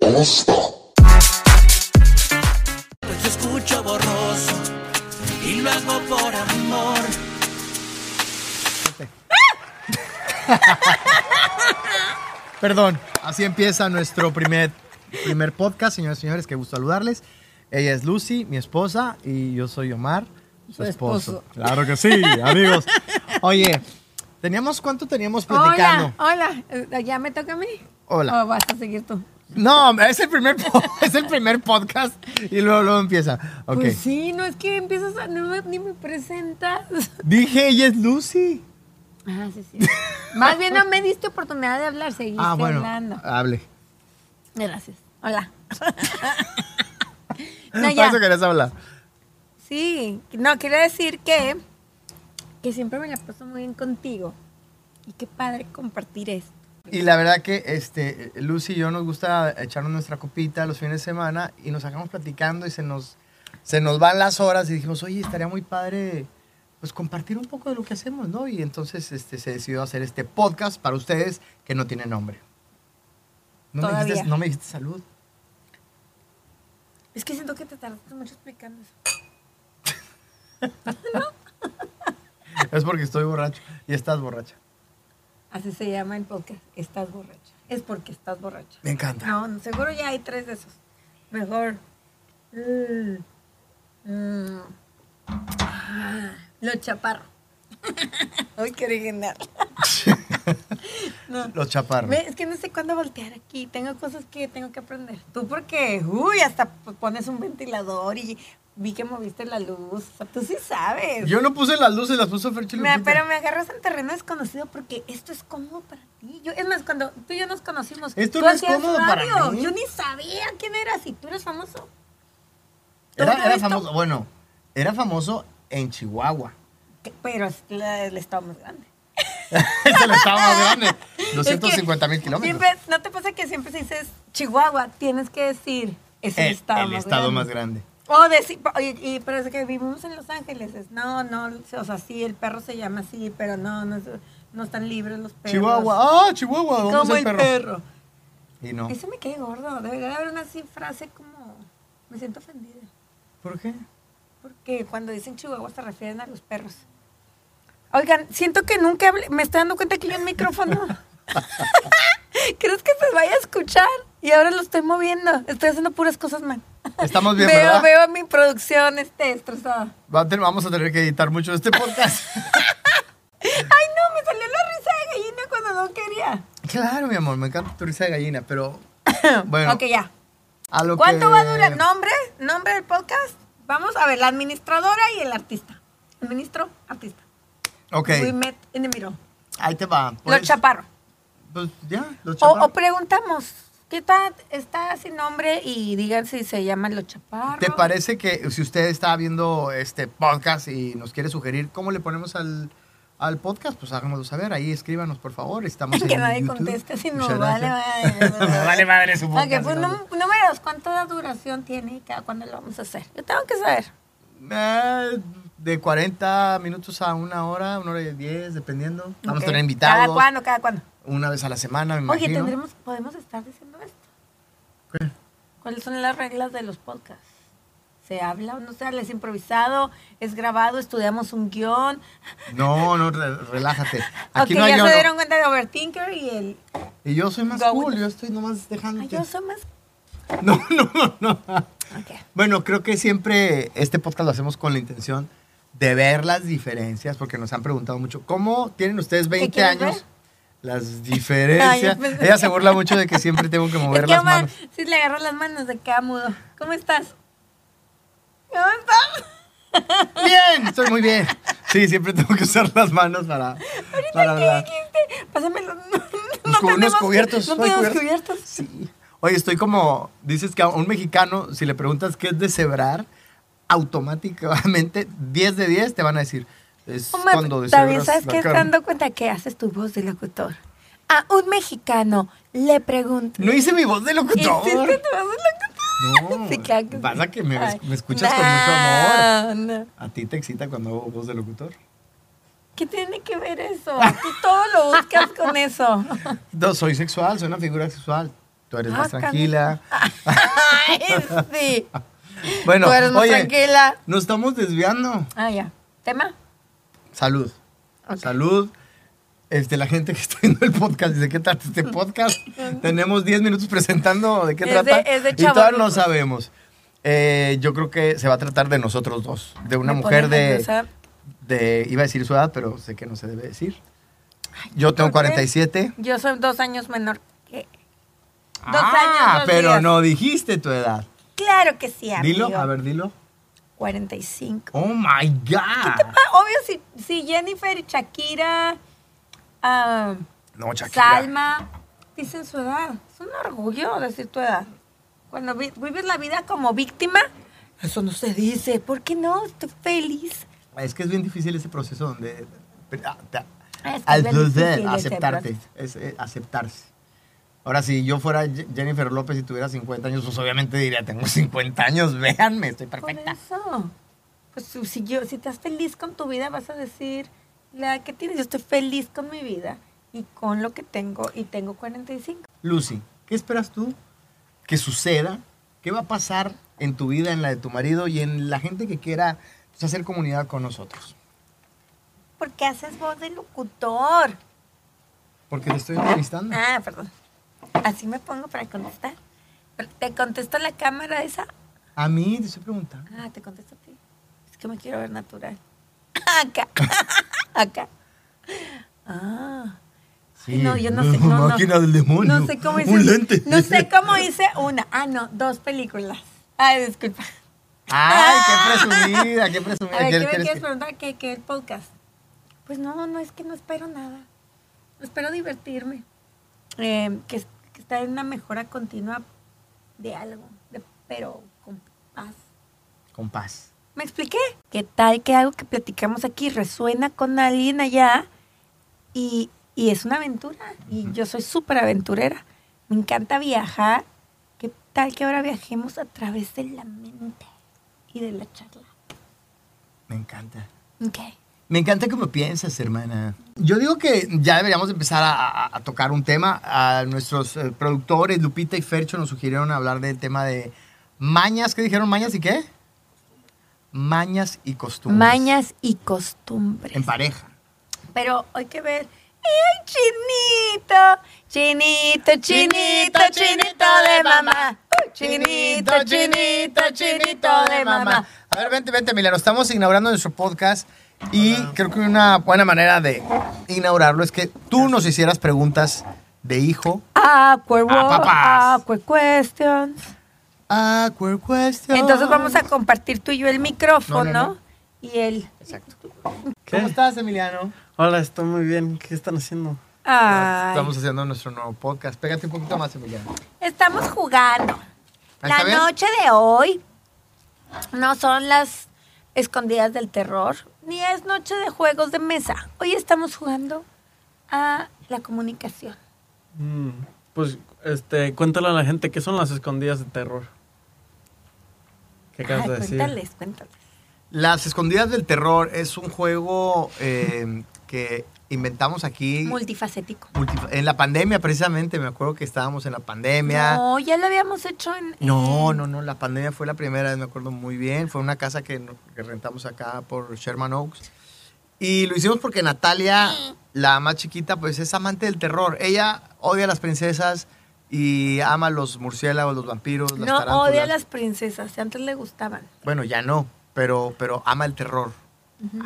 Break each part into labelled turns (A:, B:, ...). A: gusta.
B: Pues te escucho borroso y lo hago por amor.
C: Perdón, así empieza nuestro primer, primer podcast, señores y señores, qué gusto saludarles. Ella es Lucy, mi esposa, y yo soy Omar, su
D: Su
C: esposo.
D: esposo.
C: Claro que sí, amigos. Oye, ¿teníamos cuánto teníamos platicando?
D: Hola, hola. Eh, ¿Ya me toca a mí?
C: Hola.
D: ¿O vas a seguir tú?
C: No, es el primer, po- es el primer podcast y luego, luego empieza. Ok.
D: Pues sí, no es que empiezas a... No, me- ni me presentas.
C: Dije, ella es Lucy.
D: Ah, sí, sí. Más bien no me diste oportunidad de hablar, seguiste
C: ah, bueno,
D: hablando.
C: hable.
D: Gracias. Hola. no,
C: Por
D: ya.
C: eso querías hablar.
D: Sí, no, quería decir que, que siempre me la paso muy bien contigo. Y qué padre compartir esto.
C: Y la verdad que este, Lucy y yo nos gusta echarnos nuestra copita los fines de semana y nos sacamos platicando y se nos, se nos van las horas y dijimos, oye, estaría muy padre pues compartir un poco de lo que hacemos, ¿no? Y entonces este, se decidió hacer este podcast para ustedes que no tiene nombre. No, me dijiste,
D: Todavía.
C: no me dijiste salud.
D: Es que siento que te tardaste mucho explicando eso.
C: Es porque estoy borracho y estás borracha.
D: Así se llama el podcast. Estás borracha. Es porque estás borracha.
C: Me encanta.
D: No, no, Ah, seguro ya hay tres de esos. Mejor. Mm. Mm. Ah, Lo chaparro. Hoy qué original. no.
C: Los chaparros.
D: Ve, Es que no sé cuándo voltear aquí. Tengo cosas que tengo que aprender. Tú porque, uy, hasta p- pones un ventilador y vi que moviste la luz. O sea, tú sí sabes.
C: Yo no puse las luces, las puso Ferchi
D: Me-
C: Lupita.
D: pero me agarras en terreno desconocido porque esto es cómodo para ti. Yo, es más, cuando tú y yo nos conocimos.
C: Esto
D: tú
C: no es
D: hacías
C: cómodo para mí.
D: Yo ni sabía quién eras y tú eres famoso. ¿Tú
C: Era,
D: te has
C: era
D: visto?
C: famoso, bueno, era famoso en Chihuahua.
D: Que- Pero es la- el estado más grande.
C: Se le estaba más grande.
D: Es que
C: 250 mil kilómetros.
D: Siempre, ¿No te pasa que siempre si dices Chihuahua? Tienes que decir. Es el,
C: El-
D: estado,
C: Eh, el
D: más,
C: estado
D: grande.
C: más grande.
D: O decir, pa- oye, y- pero es que vivimos en Los Ángeles. es, no, no, o sea, sí, el perro se llama así, pero no, no, es- no están libres los perros.
C: Chihuahua. Ah, Chihuahua. ¿Dónde
D: Como
C: es el perro?
D: perro.
C: Y no.
D: Eso me cae gordo. Debería haber una así frase como. Me siento ofendida.
C: ¿Por qué?
D: Porque cuando dicen Chihuahua se refieren a los perros. Oigan, siento que nunca hablé. Me estoy dando cuenta que yo el micrófono. ¿Crees que se vaya a escuchar? Y ahora lo estoy moviendo. Estoy haciendo puras cosas mal.
C: Estamos bien,
D: veo,
C: ¿verdad?
D: veo a mi producción este, destrozada.
C: Va a tener- Vamos a tener que editar mucho este podcast.
D: Ay, no, me salió la risa de gallina cuando no quería.
C: claro, mi amor, me encanta tu risa de gallina, pero Bueno.
D: Ok, ya.
C: a lo
D: ¿Cuánto
C: que-
D: va a durar? ¿Nombre? ¿Nombre del podcast? Vamos a ver, la administradora y el artista. El ministro, artista.
C: Ok,
D: We met in the middle.
C: ahí te va.
D: Los
C: Pues-
D: chaparro.
C: Pues ya, los
D: O,
C: chaparros.
D: o preguntamos, ¿qué tal está sin nombre? Y digan si se llaman los chaparros.
C: ¿Te parece que si usted está viendo este podcast y nos quiere sugerir cómo le ponemos al, al podcast, pues háganoslo saber. Ahí escríbanos, por favor. Estamos
D: Que
C: en
D: nadie
C: YouTube.
D: conteste si no
C: Muchas
D: vale,
C: gracias.
D: vale. vale.
C: Vale madre su
D: Ok,
C: podcast,
D: pues
C: ¿no?
D: num- números, ¿cuánta duración tiene y cada cuándo lo vamos a hacer? Yo tengo que saber.
C: Eh, de 40 minutos a una hora, una hora y 10, dependiendo. Vamos a
D: Ok.
C: tener invitados.
D: ¿Cada cuándo? ¿Cada cuándo?
C: Una vez a la semana, me
D: Oye,
C: imagino.
D: tendremos, podemos estar diciendo esto.
C: ¿Qué?
D: ¿Cuáles son las reglas de los podcasts? ¿Se habla o no se habla? ¿Es improvisado? ¿Es grabado? ¿Estudiamos un guión?
C: No, no, re- relájate. Aquí
D: Ok,
C: no hay
D: ya
C: yo,
D: se
C: no.
D: dieron cuenta de Overthinker y el...
C: Y yo soy más
D: Go with
C: cool,
D: it.
C: yo estoy nomás dejando.
D: Ay, yo soy más...
C: No, no, no.
D: Ok.
C: Bueno, creo que siempre este podcast lo hacemos con la intención de ver las diferencias, porque nos han preguntado mucho, ¿cómo tienen ustedes 20
D: quieres
C: años?
D: ver?
C: Las
D: Ay,
C: diferencias.
D: yo pensé-
C: Ella se burla mucho de que siempre tengo que mover
D: es que
C: las
D: Omar,
C: manos.
D: sí le agarró las manos de cada mudo. ¿Cómo estás? ¿Cómo estás?
C: Bien, estoy muy bien. Sí, siempre tengo que usar las manos para. para hablar.
D: ¿Qué dijiste? Pásame los... No,
C: Los cu- unos
D: tenemos-
C: cubiertos.
D: No
C: hay
D: tenemos cubiertos.
C: Sí. Oye, estoy como. Dices que a un mexicano, si le preguntas qué es deshebrar, automáticamente 10 de 10 te van a decir. Es
D: Omar,
C: cuando
D: también
C: deshebras
D: sabes
C: la
D: que
C: carne.
D: dando cuenta que haces tu voz de locutor. A un mexicano le pregunto.
C: No hice mi voz de locutor.
D: ¿Hiciste tu voz de locutor?
C: No,
D: Sí, claro que sí.
C: pasa que me-
D: Ay,
C: me escuchas con mucho amor.
D: no, no.
C: ¿A ti te excita cuando hago voz de locutor?
D: ¿Qué tiene que ver eso? Tú todo lo buscas con eso.
C: No, soy sexual, soy una figura sexual. tú eres
D: Ah,
C: más
D: caray.
C: tranquila.
D: Ay, sí.
C: Bueno,
D: Tú eres más
C: oye,
D: tranquila.
C: nos estamos desviando.
D: Ah, ya. ¿Tema?
C: Salud.
D: Ok.
C: Salud. Este, la gente que está viendo el podcast dice, ¿qué trata este podcast? Tenemos 10 minutos presentando de qué
D: Es de-
C: trata.
D: es de
C: y todavía no
D: chavorrucos.
C: sabemos. Eh, yo creo que se va a tratar de nosotros dos. De una
D: Me
C: mujer
D: pone
C: de,
D: nerviosa.
C: de- Iba a decir su edad, pero sé que no se debe decir. Yo tengo
D: ¿por qué?
C: 47.
D: Yo soy dos años menor que... Dos
C: ah,
D: años, dos
C: pero
D: días.
C: no dijiste tu edad.
D: Claro que sí, amigo.
C: Dilo, a ver, dilo.
D: 45.
C: Oh my God.
D: Ah, obvio, si, si Jennifer, Shakira, ah,
C: No, Shakira.
D: Salma dicen su edad. Es un orgullo decir tu edad. Cuando vi- vives la vida como víctima, eso no se dice. ¿Por qué no? Estoy feliz.
C: Es que es bien difícil ese proceso donde... ah, te-
D: Es que
C: Al
D: es bien difícil
C: placer,
D: ese
C: aceptarte,
D: proceso.
C: es, eh, aceptarse. Ahora, si yo fuera Je- Jennifer López y tuviera 50 años, pues obviamente diría, tengo 50 años, véanme, estoy
D: Por
C: perfecta.
D: eso. Pues tú, si, yo, si estás feliz con tu vida, vas a decir, la que tienes, yo estoy feliz con mi vida y con lo que tengo, y tengo 45.
C: Lucy, ¿qué esperas tú que suceda? ¿Qué va a pasar en tu vida, en la de tu marido y en la gente que quiera pues, hacer comunidad con nosotros?
D: Porque haces voz de locutor.
C: Porque te estoy entrevistando.
D: Ah, perdón. Así me pongo para contestar. Pero, ¿Te contesto la cámara esa?
C: A mí te estoy preguntando.
D: Ah, te contesto a ti. Es que me quiero ver natural. Acá. Acá. Ah. Ay, no, yo no sé. No, no.
C: máquina del demonio.
D: No sé cómo hice.
C: Un lente.
D: No sé cómo hice una. Ah, no, dos películas. Ay, disculpa.
C: Ay, qué presumida, qué presumida.
D: Ah. A ver,
C: ¿Qué
D: ¿qué me
C: quieres
D: quieres
C: que-
D: preguntar? ¿Qué, qué el podcast? Pues no, no es que no espero nada. Espero divertirme. Eh, que, es- que estar en una mejora continua de algo, de- pero con paz.
C: Con paz.
D: ¿Me expliqué? ¿Qué tal que algo que platicamos aquí resuena con alguien allá y, y es una aventura? Y yo soy súper aventurera. Me encanta viajar. ¿Qué tal que ahora viajemos a través de la mente y de la charla?
C: Me encanta.
D: Ok.
C: Me encanta cómo piensas, hermana. Yo digo que ya deberíamos empezar a, a- a tocar un tema. A nuestros eh, productores, Lupita y Fercho, nos sugirieron hablar del tema de mañas. ¿Qué dijeron? ¿Mañas y qué? Mañas y costumbres.
D: Mañas y costumbres.
C: En pareja.
D: Pero hay que ver. ¡Ay, chinito! Chinito, chinito, chinito de mamá. Uy, Chinito, chinito, chinito de mamá.
C: A ver, vente, vente, Emiliano. Estamos inaugurando nuestro podcast y creo que una buena manera de inaugurarlo es que tú nos hicieras preguntas de hijo.
D: Awkward
C: Ah,
D: world,
C: papás.
D: awkward questions.
C: Awkward question.
D: Entonces vamos a compartir tú y yo el micrófono
C: No, no, no.
D: y el...
A: ¿Qué?
C: ¿Cómo estás, Emiliano?
A: Hola, estoy muy bien. ¿Qué están haciendo?
D: Ay,
C: Estamos haciendo nuestro nuevo podcast. Pégate un poquito más, Emiliano.
D: estamos jugando.
C: ¿Está
D: La
C: bien?
D: noche de hoy no son las escondidas del terror, ni es noche de juegos de mesa. Hoy estamos jugando a la comunicación.
A: Mm, pues, este, cuéntale a la gente qué son las escondidas de terror. ¿Qué acabas
D: Ay,
A: de decir?
D: cuéntales, cuéntales.
C: Las escondidas del terror es un juego eh, que inventamos aquí
D: Multifacético.
C: multi- en la pandemia, precisamente. Me acuerdo que estábamos en la pandemia.
D: No, ya lo habíamos hecho en...
C: No,
D: en-
C: no, no, la pandemia fue la primera vez, me acuerdo muy bien. Fue una casa que, no- que rentamos acá por Sherman Oaks. Y lo hicimos porque Natalia,
D: Mm.
C: la más chiquita, pues es amante del terror. Ella odia a las princesas y ama a los murciélagos, los vampiros, las
D: No
C: tarántulas.
D: odia a las princesas, antes le gustaban.
C: Bueno, ya no, pero, pero ama el terror.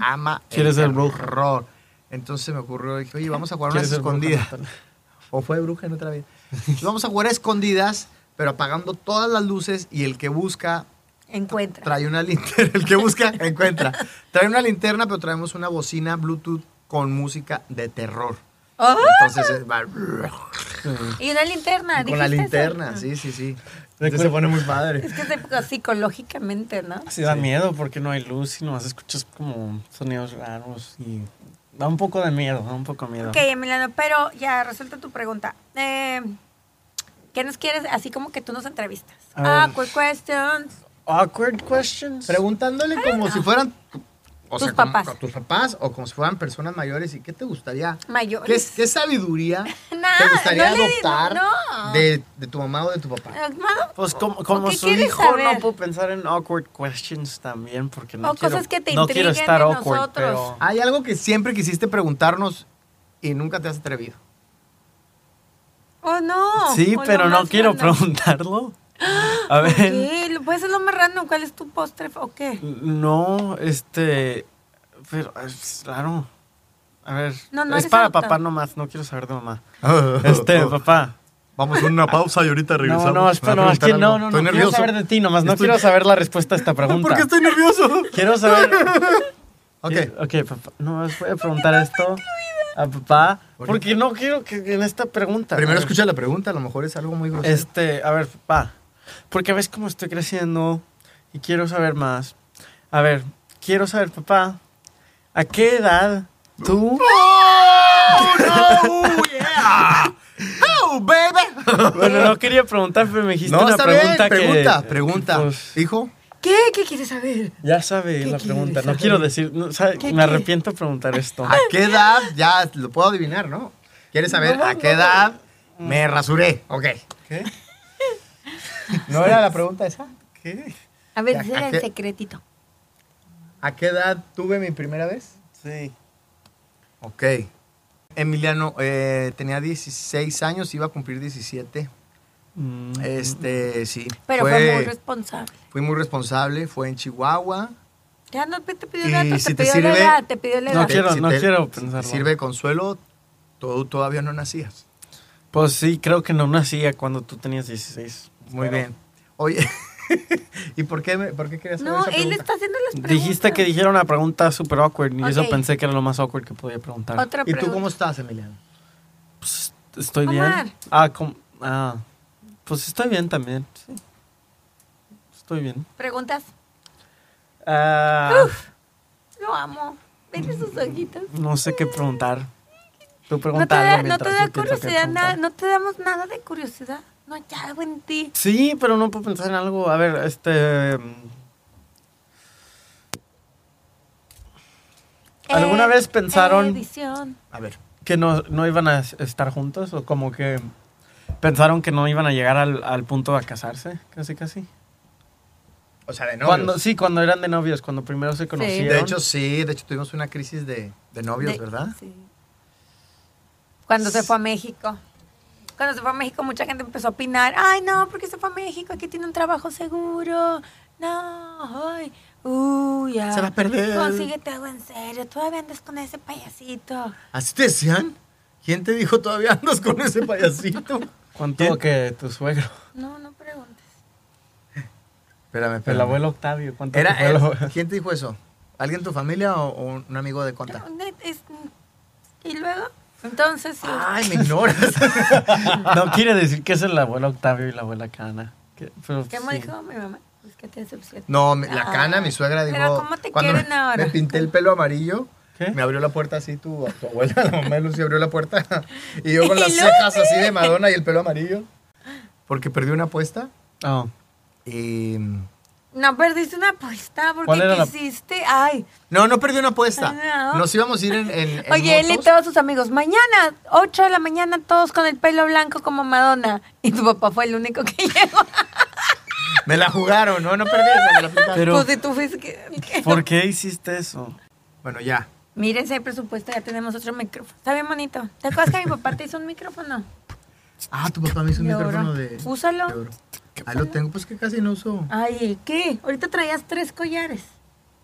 C: Ama
A: Quieres ser
C: el
A: bruja.
C: terror. Entonces me ocurrió, dije, oye, vamos a jugar
A: ¿Quieres
C: unas
A: ser bruja,
C: escondidas.
A: Natalia?
C: O fue bruja en otra vida. Entonces, vamos a jugar a escondidas, pero apagando todas las luces y el que busca
D: Encuentra.
C: trae una linterna. El que busca, encuentra. Trae una linterna, pero traemos una bocina Bluetooth con música de terror.
D: ¡Ah!
C: Entonces eh, va
D: Y una linterna,
C: con la
D: ¿dijiste eso?
C: linterna,
D: Ah.
C: sí, sí, sí.
A: Recuerda-
C: pone muy padre.
D: Es que se- psicológicamente, ¿no?
A: Sí, da miedo porque no hay luz y nomás escuchas como sonidos raros y da un poco de miedo, da un poco de miedo.
D: Ok, Emiliano, pero ya resuelta tu pregunta. Eh, ¿Qué nos quieres? Así como que tú nos entrevistas.
A: A
D: Ah,
A: ver.
D: quick questions.
A: Awkward questions.
C: Preguntándole como si fueran o
D: Tus
C: sea, como-
D: papás.
C: con tus papás o como si fueran personas mayores. ¿Y qué te gustaría? ¿Qué,
D: Mayores.
C: qué sabiduría
D: Nada,
C: te gustaría
D: no le-
C: adoptar
D: no. Ah. ¿Eh?
C: de, de tu mamá o de tu papá?
D: Amado,
A: Pues como,
D: ¿O
A: como
D: qué
A: su
D: quieres
A: hijo,
D: saber?
A: no puedo pensar en awkward questions también porque no
D: O
A: quiero,
D: cosas que te
A: no quiero
D: intriguen
A: estar
D: de
A: awkward,
D: nosotros.
A: pero
C: Hay algo que siempre quisiste preguntarnos y nunca te has atrevido.
D: Oh, no.
A: sí,
D: O lo
A: pero no
D: más
A: quiero
D: random.
A: preguntarlo. A ver,
D: ¿Qué? Lo- Puede ser lo más random. ¿Cuál es tu postre o qué?
A: no, este, pero es raro. A ver,
D: No, no
A: es
D: eres
A: para
D: adoptado.
A: papá nomás, no quiero saber de mamá. Este, papá.
E: Vamos a una pausa y ahorita
A: No,
E: regresamos.
A: no,
E: Me va a
A: espera, no, es que
E: preguntar
A: no,
E: algo.
A: no,
E: Estoy
A: no quiero
E: nervioso.
A: saber de ti nomás, no
E: Estoy-
A: quiero saber la respuesta a esta pregunta.
E: ¿Por qué estoy nervioso?
A: Quiero saber.
C: Ok.
A: Ok, papá. No, les voy a preguntar esto a papá. Porque no quiero que en esta pregunta.
C: Primero
A: A ver,
C: escucha la pregunta, a lo mejor es algo muy grosero.
A: Este, a ver, papá. Porque ves cómo estoy creciendo y quiero saber más. A ver, quiero saber, papá, ¿a qué edad tú.
E: ¡Oh, yeah!
C: ¡Oh, baby!
A: Bueno, no quería preguntar, pero me dijiste
C: No,
A: una
C: está bien,
A: pregunta
C: pregunta,
A: que.
C: pregunta.
A: pues,
C: Hijo,
D: ¿Qué? ¿Qué quieres saber?
A: ya sabe
D: ¿Qué
A: la
D: quieres
A: pregunta. No
D: saber?
A: quiero decir. no, sabe,
D: ¿Qué,
A: me
D: qué?
A: arrepiento de preguntar esto.
C: ¿a qué edad? Ya lo puedo adivinar, ¿no? ¿Quieres saber a qué edad me rasuré? Ok.
A: ¿Qué?
C: ¿No era la pregunta esa?
A: ¿Qué?
D: A ver,
C: Ya,
D: dísela
C: ¿a
D: el
C: qué?
D: secretito.
C: ¿A qué edad tuve mi primera vez?
A: Sí.
C: Ok. Emiliano, eh, tenía 16 años, iba a cumplir 17.
A: Mm.
C: Este, sí.
D: Pero fue, muy
C: fue,
D: responsable.
C: fui muy responsable, fue en Chihuahua.
D: Ya no pues, te pidió
C: Y
D: el dato,
C: si
D: te
C: te
D: pidió la
C: sirve-
D: edad, te pidió la
A: No
D: edad.
A: quiero-
C: Si
A: no
C: te-
A: quiero
C: si te
A: pensarlo.
C: Sirve de consuelo, tú todavía no nacías.
A: Pues sí, creo que no nacía cuando tú tenías 16.
C: Muy
A: Pero-
C: bien. Oye, ¿y por qué, me- por qué querías saber
D: No,
C: esa
D: él
C: pregunta?
D: está haciendo las preguntas.
A: Dijiste que dijera una pregunta súper awkward y eso
D: Ok.
A: pensé que era lo más awkward que podía preguntar.
D: Otra
C: ¿Y
D: pregunta.
C: tú cómo estás, Emiliano?
A: Pues, estoy
D: Omar.
A: bien. Ah, com- ah, pues estoy bien también. sí. Estoy bien.
D: Preguntas.
A: Ah,
D: Lo amo. Mira sus ojitos.
A: no sé qué preguntar.
D: No te,
A: Tú
D: da,
A: preguntarlo
D: no te
A: mientras
D: da
A: yo pienso qué
D: curiosidad nada,
A: preguntar.
D: no te damos nada de curiosidad. No hay algo en ti.
A: Sí, pero no puedo pensar en algo. A ver, este. ¿Alguna vez pensaron-
D: Eh, Edición.
C: A ver.
A: que no, no iban a estar juntos o como que pensaron que no iban a llegar al, al punto de casarse, casi casi.
C: O sea, de novios.
A: Cuando, sí, cuando eran de novios, cuando primero se conocieron.
C: De hecho, sí. De hecho, tuvimos una crisis de, de novios,
D: De-
C: ¿verdad?
D: Sí. Cuando se fue a México. Cuando se fue a México, mucha gente empezó a opinar. Ay, no, porque se fue a México, aquí tiene un trabajo seguro. No, ay, uy, ya.
C: Se va a perder.
D: Consíguete algo en serio. Todavía andas con ese payasito.
C: ¿Así te decían? ¿Quién te dijo todavía andas con ese payasito?
A: ¿Cuánto que tu suegro?
D: No, no preguntes.
C: Espérame, espérame.
A: El abuelo Octavio. ¿Cuánto
C: Era,
A: que fue el abuelo?
C: ¿Quién te dijo eso? ¿Alguien de tu familia o, o un amigo de conta?
D: No, no, es- y luego, entonces, sí.
C: Ay, me ignoras.
A: No quiere decir que es el abuelo Octavio y la abuela Cana. Que- pero
D: ¿qué me
A: sí.
D: dijo mi mamá? Es que te decepcioné.
C: No, me- la
D: Ah.
C: cana, mi suegra dijo.
D: Pero ¿cómo te
C: cuando
D: quieren
C: me,
D: ahora?
C: Me pinté el pelo amarillo.
A: ¿Qué?
C: Me abrió la puerta así tu, tu abuela, la mamá de Lucy abrió la puerta. Y yo con las
D: ¡Y
C: cejas así de Madonna y el pelo amarillo. Porque perdí una apuesta. em,
A: Oh,
C: Y...
D: No perdiste una apuesta
A: ¿Cuál era
D: porque
A: la-
D: quisiste. Ay.
C: No, no perdí una apuesta.
D: Ah, no.
C: Nos íbamos a ir en. en- en
D: Oye, él y
C: motos.
D: todos sus amigos, mañana, 8 de la mañana, todos con el pelo blanco como Madonna. Y tu papá fue el único que llegó.
C: Me la jugaron, no, no perdí esa, me la aplicaron.
A: Pero-
D: Pues si tú fuiste que- que-
A: ¿Por qué hiciste eso?
C: Bueno, ya.
D: Miren, si hay presupuesto, ya tenemos otro micrófono. Está bien bonito. ¿Te acuerdas que mi papá te hizo un micrófono?
C: Ah, tu papá me hizo un
D: De oro.
C: micrófono de.
D: Úsalo.
C: de oro. Ahí lo tengo, pues que casi no uso.
D: Ay, ¿qué? Ahorita traías tres collares.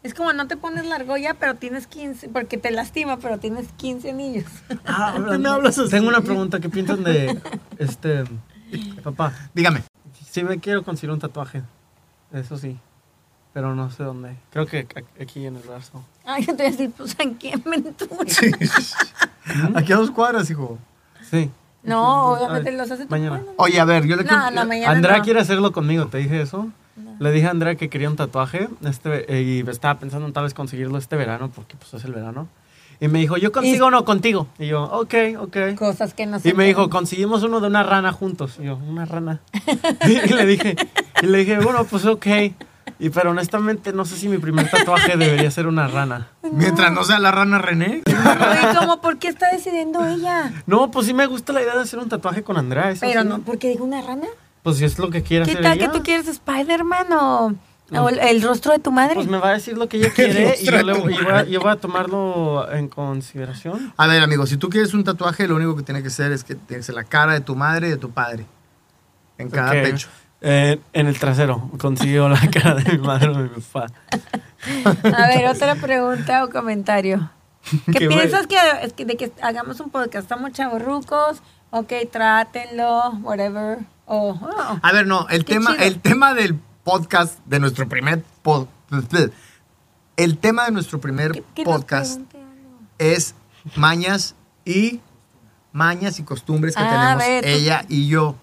D: Es como no te pones la argolla, pero tienes 15, porque te lastima, pero tienes 15 anillos.
A: Ah,
C: ¿por qué me hablas así?
A: Tengo una pregunta. ¿Qué piensan de este papá?
C: Dígame.
A: Sí, me quiero conseguir un tatuaje. Eso sí. Pero no sé dónde. Creo que a- aquí en el brazo.
D: Ay, yo te voy a decir, pues, ¿en qué aventura?
C: Aquí a dos cuadras, hijo.
A: Sí.
D: No, obviamente
A: Ay,
D: los hace tu
A: mañana.
D: hermano.
C: Oye, a ver, yo le
D: No, no, mañana
A: Andrea
D: no.
A: quiere hacerlo conmigo, ¿te dije eso? Le dije a Andrea que quería un tatuaje este, eh, y estaba pensando en tal vez conseguirlo este verano porque pues es el verano. Y me dijo, yo consigo uno contigo. Y yo, ok, ok.
D: Cosas que no se
A: Y me dijo,
D: pueden.
A: conseguimos uno de una rana juntos. Y yo, una rana. y le dije, y le dije, bueno, pues ok. Y pero honestamente no sé si mi primer tatuaje debería ser una rana.
C: Mientras no sea la rana René.
D: Oye, como, ¿por qué está decidiendo ella?
A: No, pues sí me gusta la idea de hacer un tatuaje con Andrea. eso
D: Pero
A: sí.
D: no, porque digo una rana.
A: Pues si es lo que quiere
D: ¿Qué
A: hacer
D: tal que
A: ella,
D: tú quieres Spider-Man o, o el, el rostro de tu madre?
A: Pues me va a decir lo que ella
C: El
A: quiere y
C: rostro
A: yo,
C: de
A: le-
C: tu
A: y voy a,
C: madre.
A: yo voy a tomarlo en consideración.
C: A ver, amigo, si tú quieres un tatuaje, lo único que tiene que ser es que tiene que ser la cara de tu madre y de tu padre. En cada
A: Ok.
C: pecho.
A: Eh, en el trasero. Consiguió la cara de mi madre o de mi papá.
D: A ver, otra pregunta o comentario. ¿Qué,
A: Qué
D: piensas que, es que- de que hagamos un podcast? Estamos chavorrucos, ok, trátenlo, whatever. O, oh,
A: Ah,
C: A ver, no, el
D: Qué
C: tema,
D: chido.
C: el tema del podcast, de nuestro primer pod- El tema de nuestro primer
D: ¿qué- qué nos
C: podcast
D: pregunte algo?
C: es mañas y mañas y costumbres que
D: Ah,
C: tenemos
D: a ver, tú-
C: ella y yo.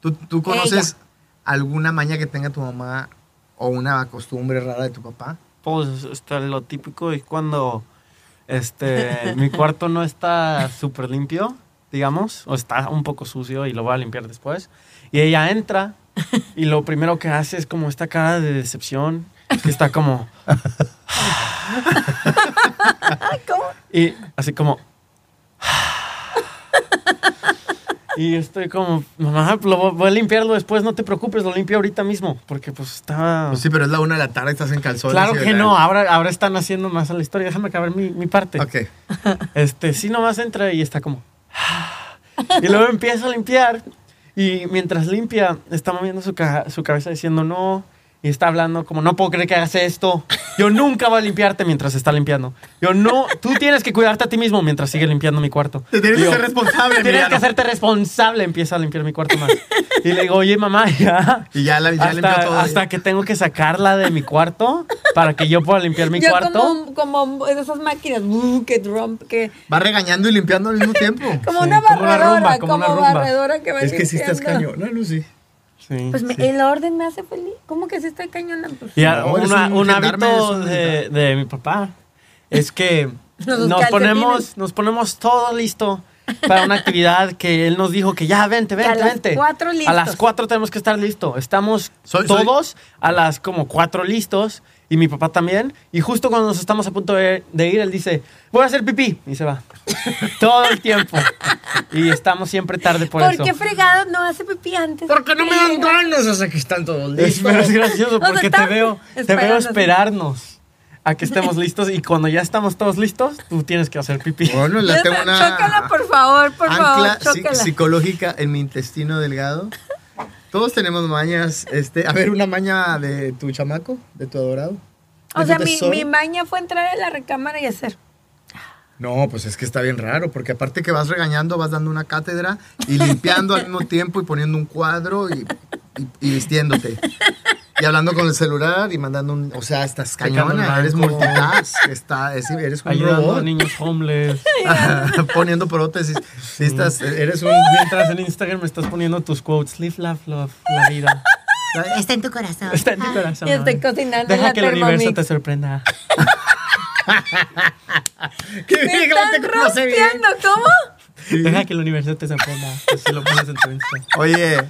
C: ¿Tú, tú conoces
D: Ella.
C: alguna maña que tenga tu mamá o una costumbre rara de tu papá?
A: Pues este, lo típico es cuando este, mi cuarto no está súper limpio, digamos, o está un poco sucio y lo voy a limpiar después. Y ella entra y lo primero que hace es como esta cara de decepción, que está como...
D: ¿Cómo?
A: Y así como... Y estoy como, mamá, lo vo- voy a limpiarlo después, no te preocupes, lo limpio ahorita mismo, porque pues estaba...
C: Pues sí, pero es la una de la tarde, estás en calzones.
A: Claro
C: y-
A: que no, ahora, ahora están haciendo más a la historia, déjame acabar mi, mi parte.
C: Ok.
A: Este, sí nomás entra y está como. Y luego empieza a limpiar. Y mientras limpia, está moviendo su, ca- su cabeza diciendo no. Y está hablando como, no puedo creer que hagas esto. Yo nunca voy a limpiarte mientras está limpiando. Yo no, tú tienes que cuidarte a ti mismo mientras sigue limpiando mi cuarto.
C: Te tienes
A: Y
C: que
A: yo,
C: ser responsable,
A: Tienes que
C: Emiliano.
A: hacerte responsable. Empieza a limpiar mi cuarto más. Y le digo, oye, mamá, ya.
C: Y ya la ya limpió
A: hasta,
C: todo.
A: hasta que tengo que sacarla de mi cuarto para que yo pueda limpiar mi
D: Yo
A: cuarto.
D: como, como esas máquinas uh, que romp, que
C: Va regañando y limpiando al mismo tiempo.
D: como
A: Sí,
D: una
A: como una
D: barredora, como,
A: rumba, como una rumba.
D: barredora que va limpiando.
C: Lucy?
A: Sí,
D: Pues me-
A: sí.
D: el orden me hace feliz. ¿Cómo que sí está cañona? Pues,
A: Y a-
C: No, eres
A: una-
C: un
A: un
C: gendarme, eres
A: hábito
C: un
A: de, de mi papá es que
D: Los
A: nos
D: calcetines.
A: ponemos, nos ponemos todo listo para una actividad que él nos dijo que ya, vente,
D: Que a
A: vente,
D: las
A: vente.
D: cuatro listos.
A: A las cuatro tenemos que estar listos. Estamos
C: Soy- soy-
A: todos a las como cuatro listos y mi papá también. Y justo cuando nos estamos a punto de, de ir, él dice, voy a hacer pipí. Y se va. todo el tiempo. Y estamos siempre tarde por,
D: ¿Por,
A: eso.
D: qué fregado no hace pipí antes?
C: Porque no me dan ganas hasta que están todos
A: Es,
C: listos.
A: pero es gracioso
D: O sea,
A: porque te
D: estás
A: veo, te veo
D: esperando.
A: esperarnos a que estemos listos y cuando ya estamos todos listos, tú tienes que hacer pipí.
C: Bueno, le tengo una
D: Chócala, por favor, por
C: ancla
D: favor,
C: psi-
D: chócala.
C: psicológica en mi intestino delgado. Todos tenemos mañas. Este, a ver, una maña de tu chamaco, de tu adorado.
D: O
C: ¿De
D: sea,
C: tu
D: mi,
C: tesoro?
D: mi maña fue entrar a la recámara y hacer.
C: No, pues es que está bien raro, porque aparte que vas regañando, vas dando una cátedra y limpiando al mismo tiempo y poniendo un cuadro y, y- y vistiéndote. Y hablando con el celular y mandando un... O sea, estás
A: Checando
C: cañona,
A: el
C: eres
A: banco.
C: multitask, está, es- eres un
A: Ayudando a
C: robot.
A: niños homeless.
C: poniendo prótesis. Sí, estás, eres un...
A: Mientras en Instagram me estás poniendo tus quotes, live, love, love, la vida.
F: Está en tu corazón.
A: Está en tu corazón.
D: Y estoy
A: ay.
D: cocinando en
A: eh. Deja
D: la
A: que el universo
D: Thermomix.
A: te sorprenda.
C: ¡Qué
D: Me
C: bien,
D: están
C: te conoce bien!
D: rosteando, ¿cómo?
A: Deja que el universo te sorprenda. Así lo pones en tu Insta.
C: Oye,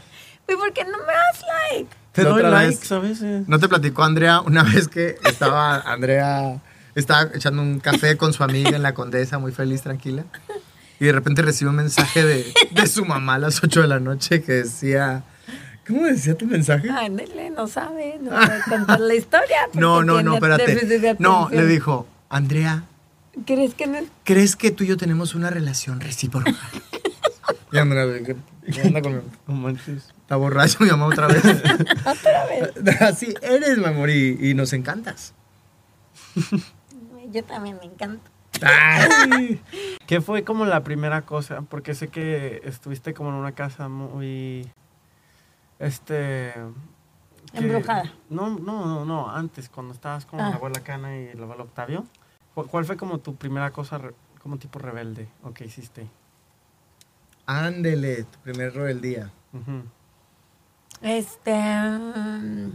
D: ¿Y por qué no me das like?
A: Te
C: La
A: doy
C: otra vez-
A: likes a veces.
C: ¿no te platicó Andrea una vez que estaba Andrea... Estaba echando un café con su amiga en la condesa, muy feliz, tranquila. Y de repente recibe un mensaje de, de su mamá a las 8 de la noche que decía... ¿Cómo decía tu mensaje?
D: Ándale, no sabe, no puede contar la historia. Ah, porque
C: No, no, no,
D: tiene déficit de
C: espérate. No, le
D: atención.
C: dijo, Andrea,
D: ¿Crees que no?
C: ¿crees que tú y yo tenemos una relación recíproca? Y Andrea, ¿qué qué onda con mi-
A: No manches.
C: Está borracho mi mamá otra vez. otra vez. Así eres, mi amor, y, y nos encantas.
D: Yo también me encanta.
A: ¿Qué fue como la primera cosa? Porque sé que estuviste como en una casa muy. Este. que-
D: Embrujada.
A: No, no, no, no. Antes, cuando estabas con
D: Ah.
A: la abuela Cana y el abuelo Octavio. ¿cu- ¿Cuál fue como tu primera cosa, re- como tipo rebelde o que hiciste?
C: Ándele, tu primer rebeldía.
A: Ujú.
D: Este. mm,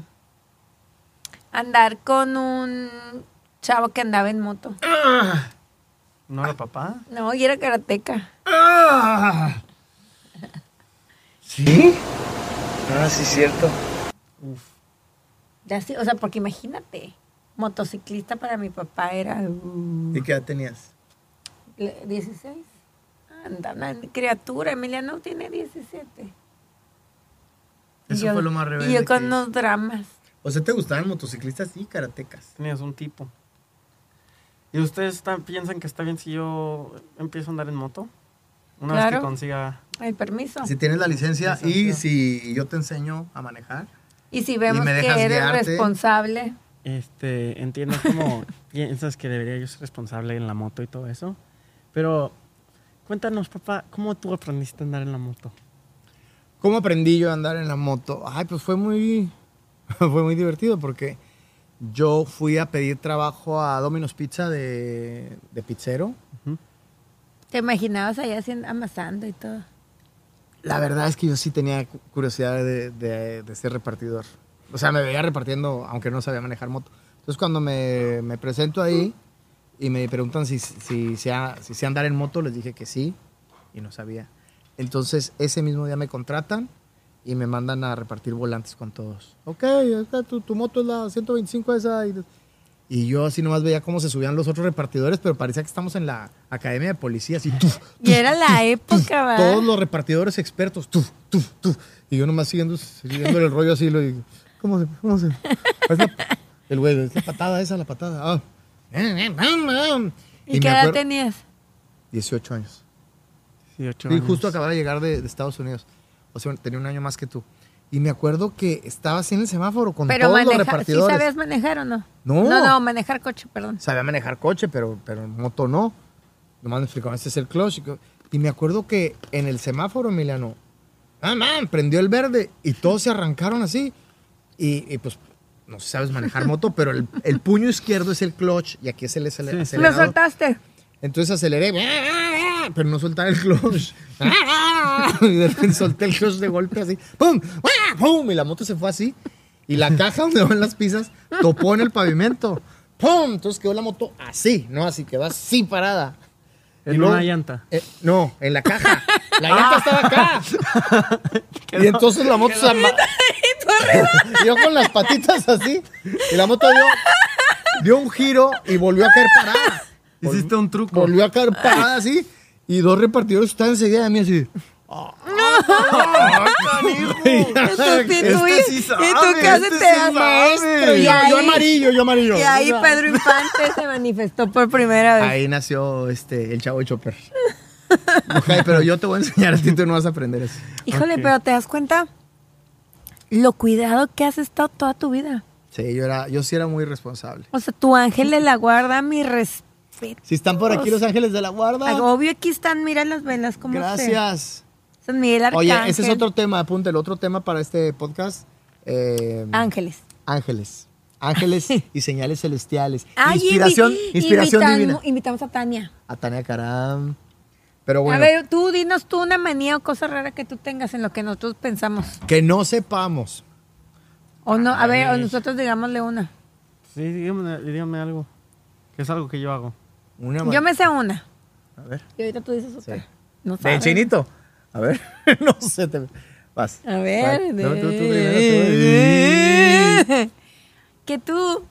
D: andar con un chavo que andaba en moto.
A: ¿No era papá?
D: No, y era karateca.
C: ¿Sí? Ah, sí, cierto.
A: Uf.
D: Ya sí, o sea, porque imagínate, motociclista para mi papá era uh,
C: ¿Y qué edad tenías?
D: le- 16. Anda, una criatura, Emiliano tiene 17. Y
C: Eso
D: yo-
C: fue lo más rebelde.
D: Y yo
C: que
D: con
C: hice.
D: los dramas.
C: O sea, ¿te gustaban motociclistas y karatecas?
A: Tenías un tipo. ¿Y ustedes están- piensan que está bien si yo empiezo a andar en moto? Una vez
D: Claro.
A: que consiga...
D: El permiso.
C: Si tienes la licencia y
A: Licencia.
C: si yo te enseño a manejar.
D: y si vemos
C: me dejas
D: que eres
C: guiarte.
D: responsable,
A: Este, entiendo cómo piensas que debería yo ser responsable en la moto y todo eso. Pero cuéntanos, papá, ¿cómo tú aprendiste a andar en la moto?
C: ¿Cómo aprendí yo a andar en la moto? Ay, pues fue muy, fue muy divertido porque yo fui a pedir trabajo a Domino's Pizza de, de pizzero.
D: te imaginabas allá haciendo- amasando y todo.
C: La verdad es que yo sí tenía cu- curiosidad de, de- de ser repartidor. O sea, me veía repartiendo, aunque no sabía manejar moto. Entonces, cuando me, me presento ahí y me preguntan si, si, sea, si sé andar en moto, les dije que sí y no sabía. Entonces, ese mismo día me contratan y me mandan a repartir volantes con todos. Ok, esta, tu, tu moto es la 125 esa. Y, y yo así nomás veía cómo se subían los otros repartidores, pero parecía que estamos en la academia de policía, así. tuf,
D: Y era la época, ¿verdad?
C: todos los repartidores expertos, tú, tú, tú. Y yo nomás siguiendo, siguiendo el rollo así, lo digo, ¿cómo se, cómo se? es la- el güey, es la patada esa, la patada. ah.
D: ¿Y,
C: me
D: qué edad
C: acuerdo-
D: tenías?
C: 18 años.
A: 18
C: Y justo acababa de llegar de, de Estados Unidos. O sea, tenía un año más que tú. Y me acuerdo que estaba así en el semáforo con
D: Pero
C: todos los
D: manejar, ¿sí
C: repartidores.
D: sabías manejar o no?
C: No.
D: No, no, manejar coche, perdón.
C: sabía manejar coche, pero, pero moto no. Nomás me explicó, este es el clutch. Y co- Y me acuerdo que en el semáforo, Emiliano, ah, man, prendió el verde y todos se arrancaron así. Y, y, pues, no sabes manejar moto, pero el, el puño izquierdo es el clutch y aquí es el acele-
A: Sí, sí.
D: Lo
C: acelerador.
D: soltaste.
C: Entonces aceleré, ¡ah, pero no soltaba el clutch. ¡Ah, Y de repente solté el clutch de golpe así. ¡Pum! ¡Ah, ¡Pum! Y la moto se fue así. Y la caja donde van las pizzas topó en el pavimento. ¡Pum! Entonces quedó la moto así, no así, quedó así parada.
A: En
C: Y luego-
A: una llanta.
C: Eh, no, en la caja. La llanta estaba acá. y entonces la moto se ama- Yo con las patitas así. Y la moto dio, dio un giro y volvió a caer parada.
A: Hiciste un truco.
C: Volvió a caer parada así. Y dos repartidores estaban enseguida de mí así.
D: Sustituí.
A: Este sí sabe,
D: y tú casi
A: este
D: te
A: sí
D: ama-
C: Maestro,
D: Y
C: yo, yo
D: ahí-
C: amarillo, yo amarillo.
D: Y ahí
C: O sea,
D: Pedro Infante se manifestó por primera vez.
C: Ahí nació este, el chavo de Chopper. Ok, pero yo te voy a enseñar a ti, tú no vas a aprender eso.
D: Híjole, pero te das cuenta lo cuidado que has estado toda tu vida.
C: Sí, yo, era, yo sí era muy responsable.
D: O sea, tu ángel de la guarda, mi respeto.
C: Si están por aquí los ángeles de la guarda,
D: Obvio, aquí están, mira las velas como
C: gracias.
D: San Miguel Arcángel.
C: Oye, ese es otro tema, apunta el otro tema para este podcast. eh,
D: Ángeles.
C: Ángeles. Ángeles y señales celestiales.
D: Ay,
C: inspiración
D: invi-
C: inspiración
D: invitam-
C: divina.
D: Invitamos a Tania.
C: A Tania Caram. Pero
D: A
C: bueno,
D: ver, tú dinos tú una manía o cosa rara que tú tengas en lo que nosotros pensamos.
C: que no sepamos.
D: O no, a ver, o nosotros digámosle una.
A: Sí, dígame, dígame algo. Que es algo que yo hago.
C: Una
D: Yo me sé una.
C: A ver.
D: Y ahorita tú dices otra.
C: Sí.
D: No
C: ¿De
D: sabes.
C: chinito? A ver, no sé. Te... Vas.
D: A ver.
C: Vas. No, tú,
D: de-
C: tú primero, tú. eh.
D: Que tú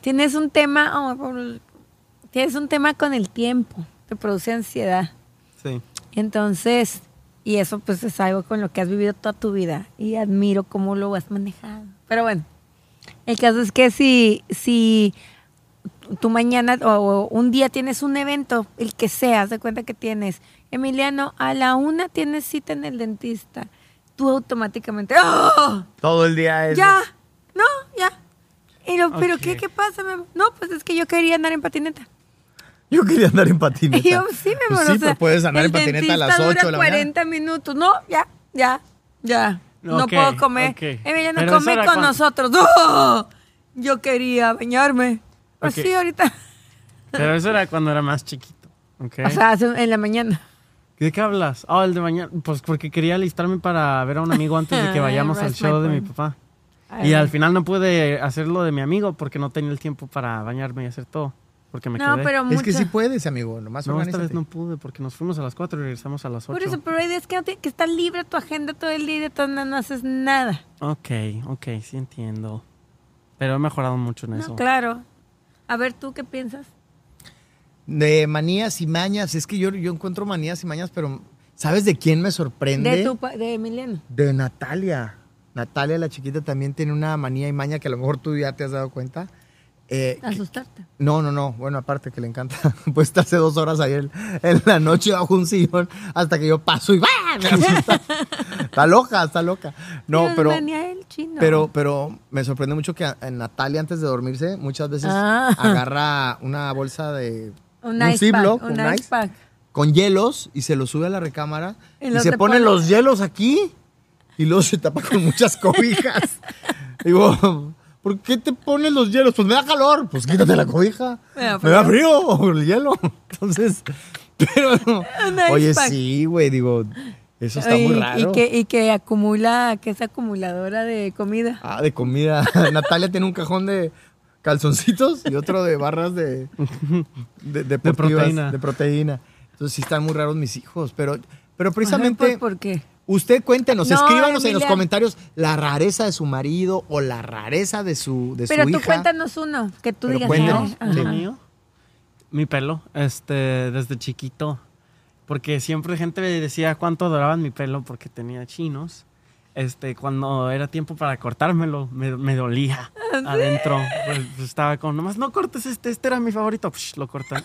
D: tienes un tema, oh, por- tienes un tema con el tiempo. Te produce ansiedad.
A: Sí.
D: Entonces, y eso pues es algo con lo que has vivido toda tu vida y admiro cómo lo has manejado. Pero bueno, el caso es que si, si tú mañana o, o un día tienes un evento, el que sea, haz de cuenta que tienes, Emiliano, a la una tienes cita en el dentista, tú automáticamente, ¡oh!
C: Todo el día es.
D: Ya, no, ya. Y lo- pero
A: Ok.
D: ¿qué, ¿qué pasa? mi amor? No, pues es que yo quería andar en patineta.
C: Yo quería andar en
D: Y
C: patineta.
D: yo, sí, mi amor.
C: Pues
D: o
C: sí,
D: sea,
C: pero puedes andar en
D: el
C: patineta a las 8
D: dentista
C: de la
D: dura
C: mañana.
D: 40 minutos. No, ya, ya, ya. no
A: Ok,
D: puedo comer.
A: ok.
D: Emiliano,
A: Pero
D: come con
A: esa era cuando-
D: nosotros. ¡No! Yo quería bañarme. Pues
A: Ok.
D: sí, ahorita.
A: Pero eso era cuando era más chiquito. ¿ok?
D: O sea, hace- en la mañana.
A: ¿De qué hablas? Ah, el de mañana. Pues porque quería alistarme para ver a un amigo antes de que vayamos al
D: Rest my
A: show de mi
D: point.
A: papá.
D: Ay.
A: Y al final no pude hacerlo de mi amigo porque no tenía el tiempo para bañarme y hacer todo. Porque me
D: No,
A: quedé.
D: pero mucho.
C: Es que sí pues, puedes, amigo. Nomás
A: No, esta vez
C: organízate.
A: no pude porque nos fuimos a las 4 y regresamos a las 8.
D: Por eso, pero hay días que, no tiene- que está libre tu agenda todo el día y de todas maneras no haces nada.
A: Ok, ok, sí entiendo. Pero he mejorado mucho en eso.
D: No, claro. A ver, ¿tú qué piensas?
C: De manías y mañas. Es que yo, yo encuentro manías y mañas, pero ¿sabes de quién me sorprende?
D: De, tu, pa- de Emiliano.
C: De Natalia. Natalia, la chiquita, también tiene una manía y maña que a lo mejor tú ya te has dado cuenta. Eh,
D: Ah.
C: que-
D: Asustarte.
C: no, no, no. Bueno, aparte que le encanta pues estarse dos horas ahí en, en la noche bajo un sillón hasta que yo paso y ¡bah! Me asusta. está loca, está loca. No,
D: Dios,
C: pero,
D: venía el chino.
C: pero, pero me sorprende mucho que a- a Natalia antes de dormirse muchas veces
D: Ah.
C: agarra una bolsa de
D: un ice
C: Ziploc,
D: pack. Un
C: un
D: ice,
C: ice,
D: pack.
C: con hielos y se lo sube a la recámara
D: Y
C: y,
D: luego
C: se
D: te
C: ponen
D: pone-
C: los hielos aquí y luego se tapa con muchas cobijas. Digo, ¿por qué te pones los hielos? Pues me da calor, pues quítate la cobija.
D: Me da
C: Me da frío o el hielo. Entonces, pero
D: ice
C: oye,
D: pack.
C: sí, güey, digo, eso está
D: Oye,
C: muy
D: y-
C: raro.
D: Y que, y que acumula, que es acumuladora de comida.
C: Ah, de comida. Natalia tiene un cajón de calzoncitos y otro de barras de, de, deportivas,
A: proteína.
C: de proteína. Entonces sí están muy raros mis hijos, pero, pero
D: Ay,
C: precisamente
D: ¿Por, por qué?
C: usted cuéntenos,
D: No,
C: escríbanos en los
D: Emilia.
C: comentarios la rareza de su marido o la rareza de su, de
D: Pero
C: su
D: tú
C: hija.
D: cuéntanos uno, que tú
C: Pero
D: digas.
C: cuéntanos,
D: "Ay,
A: Mío,
D: ajá".
A: lo mío, mi pelo, este, desde chiquito. Porque siempre gente me decía cuánto adoraban mi pelo porque tenía chinos. Este, cuando era tiempo para cortármelo, me, me dolía
D: ¿Ah,
A: adentro. Pues, pues, estaba como, nomás no cortes este, este era mi favorito. Psh, lo cortan.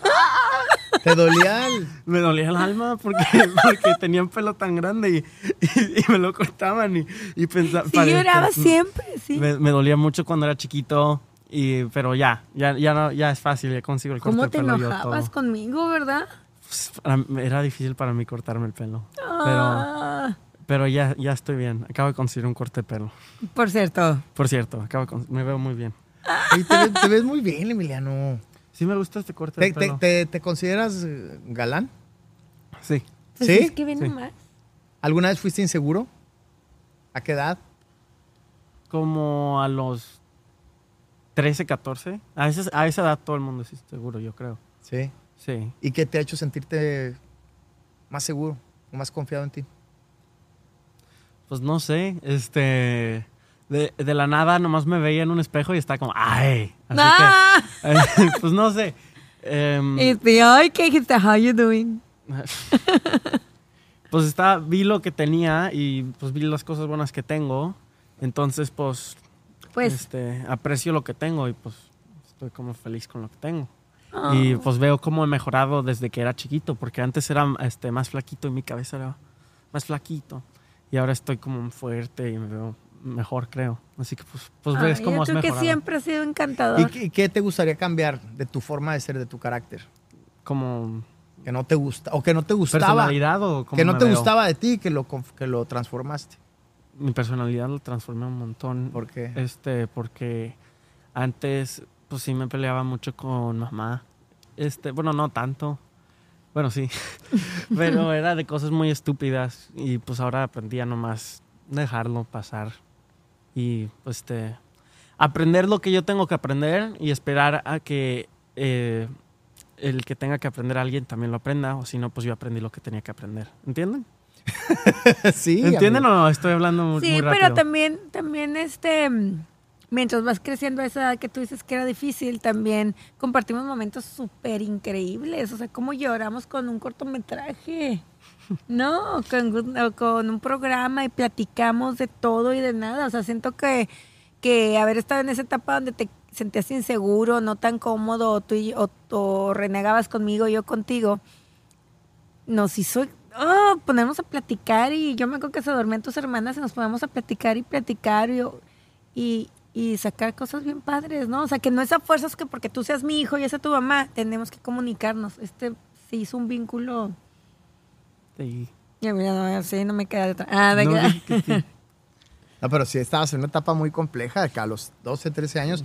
C: Te dolía el-
A: Me dolía el alma porque, porque tenía un pelo tan grande y, y- y me lo cortaban. Y, y pensaba.
D: Sí, lloraba siempre, sí.
A: Me, me dolía mucho cuando era chiquito, y, pero ya, ya, ya, no- ya es fácil, ya consigo el corte
D: ¿Cómo
A: de
D: te
A: pelo yo
D: enojabas
A: todo.
D: conmigo, verdad?
A: Pues, para- era difícil para mí cortarme el pelo, pero,
D: Ah,
A: pero ya, ya estoy bien. Acabo de conseguir un corte de pelo.
D: por cierto.
A: Por cierto, acabo de cons- me veo muy bien.
C: Oye, te, ves, te ves muy bien, Emiliano.
A: Sí me gusta este corte
C: ¿Te,
A: de
C: te-
A: pelo.
C: te- te consideras eh, galán?
A: Sí.
D: Pues
C: ¿Sí?
D: Es que ven
A: Sí.
D: nomás.
C: ¿Alguna vez fuiste inseguro? ¿A qué edad?
A: como a los 13, 14. A, veces, a esa edad todo el mundo es seguro, yo creo.
C: Sí.
A: Sí.
C: ¿Y qué te ha hecho sentirte más seguro o más confiado en ti?
A: Pues no sé, este... De, de la nada nomás me veía en un espejo y estaba como, ¡ay! Así
D: Ah,
A: que, eh, pues no sé. Em,
D: Y te- ay, ¿qué dijiste? How you doing?
A: pues está, vi lo que tenía y pues vi las cosas buenas que tengo. Entonces, pues,
D: Pues,
A: este, aprecio lo que tengo y pues estoy como feliz con lo que tengo.
D: Ah.
A: Y pues veo cómo he mejorado desde que era chiquito, porque antes era este, más flaquito y mi cabeza era más flaquito. Y ahora estoy como fuerte y me veo mejor, creo. Así que pues, pues ves
D: ay, Ah,
A: cómo
D: yo
A: has
D: creo que
A: mejorado.
D: siempre ha sido encantador.
C: ¿Y, qué- y qué te gustaría cambiar de tu forma de ser, de tu carácter?
A: Como
C: Que no te gusta o que no te gustaba,
A: personalidad o como
C: que no te gustaba de ti, que lo conf- que lo transformaste.
A: Mi personalidad lo transformé un montón.
C: ¿Por qué?
A: Este, porque antes, pues sí me peleaba mucho con mamá. Este, bueno, no tanto. Bueno, sí. Pero era de cosas muy estúpidas. Y pues ahora aprendí a nomás dejarlo pasar. Y pues este. Aprender lo que yo tengo que aprender y esperar a que eh, el que tenga que aprender a alguien también lo aprenda. O si no, pues yo aprendí lo que tenía que aprender. ¿Entienden?
C: sí.
A: ¿Entienden o
C: amigo.
A: no? Estoy hablando mu- muy,
D: sí,
A: rápido.
D: pero también, también este, mm, mientras vas creciendo a esa edad que tú dices que era difícil, también compartimos momentos súper increíbles. O sea, cómo lloramos con un cortometraje, ¿no? O Con, un- o con un programa y platicamos de todo y de nada. O sea, siento que, que haber estado en esa etapa donde te sentías inseguro, no tan cómodo, o tú y- o- o renegabas conmigo, yo contigo nos hizo oh, ponernos a platicar y yo me acuerdo que se dormían tus hermanas y nos poníamos a platicar y platicar y, y, y sacar cosas bien padres, ¿no? O sea, que no es a fuerzas que porque tú seas mi hijo y esa tu mamá, tenemos que comunicarnos. Este se hizo un vínculo.
A: Sí.
D: Ya, mira, no, sí, no me queda de otra. Ah, de
A: No,
D: que-
A: dije que sí.
C: No, pero sí estabas en una etapa muy compleja, que a los 12, 13 años.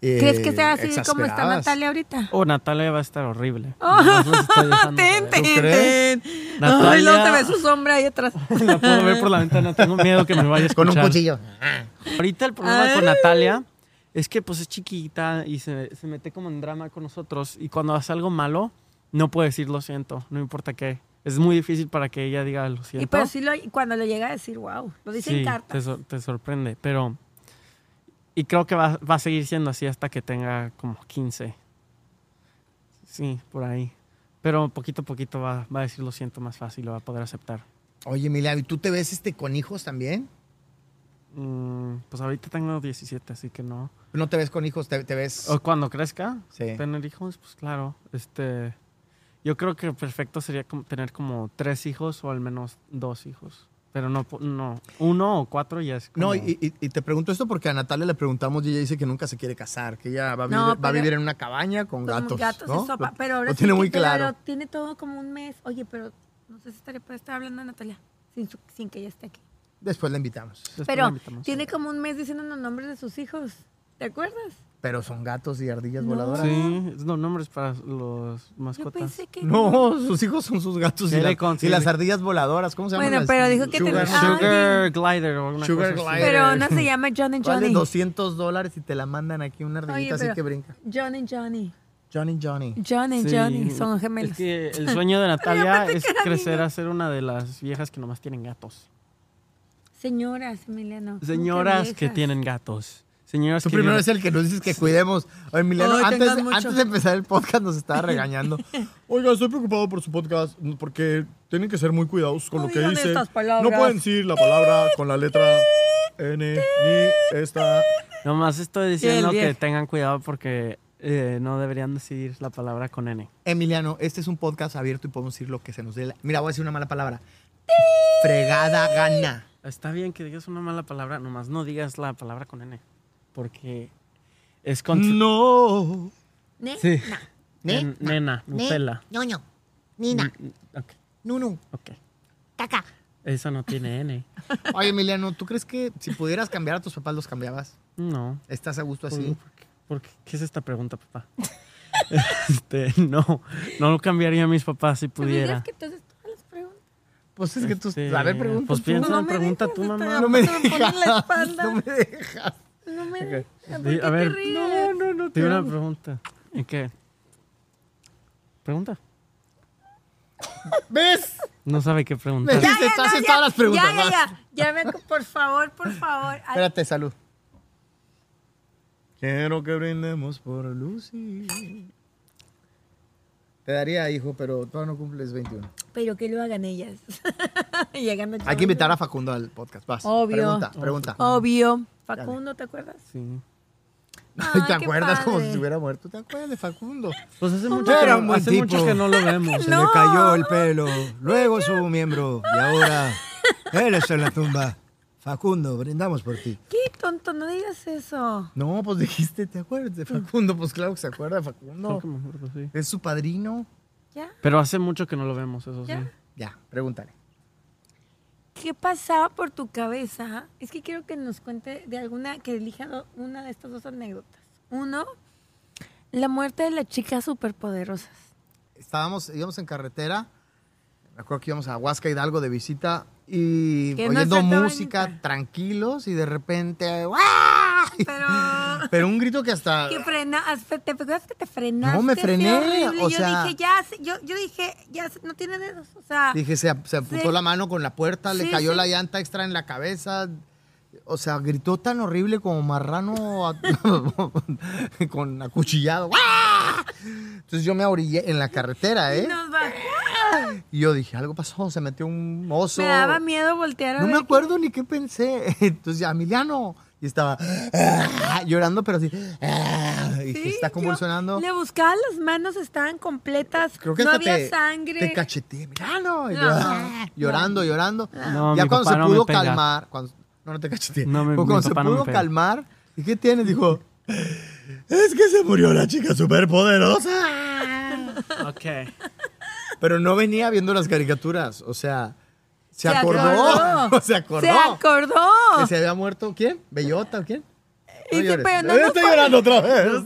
C: eh,
D: ¿Crees que sea así como está
C: exasperabas.
D: Natalia ahorita?
A: Oh, Natalia va a estar horrible.
D: Oh,
A: Nomás los estoy dejando
D: ten,
A: saber.
D: ten,
C: crees?
D: ten. Ay,
A: Natalia.
D: no se ve su sombra ahí atrás.
A: La puedo ver por la ventana. Tengo miedo que me vaya a escuchar.
C: Con un cuchillo.
A: Ahorita el problema con
D: Ah.
A: Natalia es que pues es chiquita y se, se mete como en drama con nosotros. Y cuando hace algo malo, no puede decir lo siento, no importa qué. Es muy difícil para que ella diga lo siento.
D: Y pues, pero sí lo- cuando lo llega a decir, wow, lo dice
A: Sí,
D: en
A: Te,
D: cartas.
A: sor- te sorprende, pero... Y creo que va, va a seguir siendo así hasta que tenga como 15. Sí, por ahí. Pero poquito a poquito va, va a decir lo siento más fácil, lo va a poder aceptar.
C: Oye, Emilia, ¿y tú te ves este, con hijos también?
A: Mm, pues ahorita tengo 17, así que no.
C: ¿No te ves con hijos? ¿Te, te ves...?
A: O cuando crezca,
C: Sí.
A: tener hijos, pues claro. Este, yo creo que perfecto sería como tener como tres hijos o al menos dos hijos. Pero no, po- no uno o cuatro ya es como...
C: No, y, y- y te pregunto esto porque a Natalia le preguntamos y ella dice que nunca se quiere casar, que ella va a vivir,
D: No,
C: va a
D: pero-
C: vivir en una cabaña con
D: Pues,
C: gatos.
D: gatos
C: ¿no?
D: y sopa.
C: Lo-
D: Pero ahora
C: lo
D: sí
C: tiene
D: que
C: muy
D: te-
C: claro.
D: lo tiene todo como un mes. Oye, pero no sé si estaría puede estar hablando de Natalia sin, su- sin que ella esté aquí.
C: Después la invitamos.
A: Después la
D: pero
A: invitamos.
D: tiene como un mes diciendo los nombres de sus hijos. ¿Te acuerdas?
C: Pero son gatos y ardillas
D: No.
C: voladoras.
A: Sí, es los nombres para los
D: Yo
A: mascotas.
D: pensé que.
C: No, sus hijos son sus gatos y,
A: ¿Qué le
C: la-
A: consigue?
C: y las ardillas voladoras. ¿Cómo se llaman?
D: Bueno,
C: las-
D: pero dijo que
A: Pues Sugar,
C: Sugar.
D: tenía- Ah,
A: Sugar glider o una
C: Sugar
A: cosa así.
C: glider.
D: Pero una se llama John and
C: Vale
D: Johnny.
C: 200 dólares y te la mandan aquí una
D: Oye,
C: ardillita así
D: pero-
C: que brinca.
D: John and Johnny.
C: Johnny, Johnny.
D: John and
A: Sí,
D: Johnny son gemelos.
A: Es que el sueño de Natalia es crecer a ser una de las viejas que nomás tienen gatos.
D: Señoras, Emiliano. nunca
A: Señoras que
D: viejas.
A: tienen gatos. Señoras
C: Tú
A: que
C: primero
A: viven-
C: es el que nos dices que cuidemos. Oye, Emiliano,
D: Ay,
C: antes,
D: tengan mucho.
C: antes de empezar el podcast nos estaba regañando.
E: Oiga, estoy preocupado por su podcast porque tienen que ser muy cuidadosos con
D: No
E: lo que
D: digan
E: dicen.
D: estas palabras.
E: No pueden decir la palabra con la letra N ni esta.
A: Nomás estoy diciendo que
D: viejo.
A: tengan cuidado porque eh, no deberían decir la palabra con N.
C: Emiliano, este es un podcast abierto y podemos decir lo que se nos dé. la- Mira, voy a decir una mala palabra. Fregada gana.
A: Está bien que digas una mala palabra, nomás no digas la palabra con N. Porque es con...
E: No.
F: Ne-
A: Sí.
F: Ne-
A: Nen-
F: na-
A: nena,
F: ne-
A: Nutella. Mm,
F: ñoño, nina,
A: Ok,
F: nunu,
A: ok.
F: caca.
A: Eso no tiene N.
C: Oye, Emiliano, ¿tú crees que si pudieras cambiar a tus papás los cambiabas?
A: No.
C: ¿Estás a gusto
A: ¿Por-
C: así?
A: por qué- por qué, qué es esta pregunta, papá? Este, no, no lo cambiaría a mis papás si
D: Pues me digas
A: pudiera.
D: que entonces todas las preguntas.
C: Pues es que tú.
A: Este,
C: A ver, pregunta.
A: Pues
C: tú.
A: piensa
D: No
A: una
D: me
A: pregunta
D: dejas,
A: tú,
D: está-
A: mamá.
C: No me
D: te me pones
C: dejas.
D: la espalda.
C: No me dejas.
D: No me. ¿Por
A: Di-
D: qué
A: a ver,
D: te ríes? No, no, no.
A: Tengo una pregunta. ¿En qué? ¿Pregunta?
C: ¿Ves?
A: No sabe qué
C: ¿Ves?
A: preguntar.
C: Te haces todas las preguntas.
D: Ya, ya,
C: vas.
D: ya. Ya me, por favor, por favor. Ay,
C: Espérate, salud.
E: Quiero que brindemos por Lucy.
C: Te daría, hijo, pero todavía no cumples 21.
D: pero que lo hagan ellas. Llegando
C: Hay que invitar a Facundo al podcast. Vas.
D: Obvio.
C: Pregunta, pregunta.
D: Obvio. Facundo, ¿te acuerdas?
A: Sí.
C: Ay, ¿Te
D: qué
C: acuerdas como
D: padre.
C: si se hubiera muerto? ¿Te acuerdas de Facundo?
A: Pues hace mucho,
C: Era
A: que,
C: un buen
A: hace mucho
C: tipo.
A: que no lo vemos. ¿eh?
D: Se le No. cayó el
C: pelo, luego su miembro y ahora él está en la tumba. Facundo, brindamos por ti.
D: Qué tonto, no digas eso.
C: No, pues dijiste, ¿te acuerdas de Facundo? Pues claro que se acuerda de Facundo.
A: Creo que me acuerdo, sí.
C: ¿Es su padrino?
D: ¿Ya?
A: Pero hace mucho que no lo vemos, eso sí.
D: ¿Ya?
C: Ya, pregúntale.
D: ¿Qué pasaba por tu cabeza? Es que quiero que nos cuente de alguna, que elija do- una de estas dos anécdotas. Uno, la muerte de las chicas superpoderosas.
C: Estábamos, íbamos en carretera, me acuerdo que íbamos a Huasca Hidalgo de visita y
D: Que no
C: oyendo
D: saltaba
C: música,
D: nunca.
C: tranquilos y de repente... ¡ah!
D: Pero
C: Pero un grito que hasta...
D: que frena, ¿te acuerdas que te frenaste?
C: No, me
D: Fue
C: frené,
D: horrible.
C: o
D: yo
C: sea-
D: dije, ya, se- yo, yo dije, ya, se- no tiene dedos, o sea,
C: Dije, se, ap- se apuntó
D: Sí.
C: la mano con la puerta, le
D: Sí,
C: cayó
D: sí.
C: la llanta extra en la cabeza. O sea, gritó tan horrible como marrano a- con acuchillado. ¡Ah! Entonces yo me orillé en la carretera, ¿eh?
D: nos bajó.
C: Y yo dije, algo pasó, se metió un oso.
D: Me daba miedo voltear a
C: No
D: ver
C: me
D: qué-
C: acuerdo ni qué pensé. Entonces ya, Emiliano. Y estaba ah, llorando, pero así. ah, y dije,
D: Sí,
C: está
D: yo
C: convulsionando.
D: Le buscaba las manos, estaban completas.
C: Creo que
D: no
C: hasta
D: había
C: te,
D: sangre.
C: Te cacheteé, Emiliano. Y yo,
D: No. Ah.
C: ah, llorando, llorando.
A: No,
C: ya
A: mi
C: cuando
A: papá
C: se
A: no me
C: pudo
A: pega.
C: calmar, cuando, no, no te cacheteé.
A: No, mi-
C: Pero
A: mi
C: cuando se
A: papá no me
C: pudo
A: pega.
C: calmar, ¿y qué tienes? Dijo,
E: Es que se murió la chica superpoderosa.
A: Ok.
C: pero no venía viendo las caricaturas. O sea, se,
D: Se
C: acordó.
D: acordó.
C: se acordó.
D: Se acordó.
C: Que se había muerto, ¿quién? ¿Bellota o quién?
D: Y
C: No
D: sí,
C: llores.
D: pero no nos
E: Estoy llorando otra vez.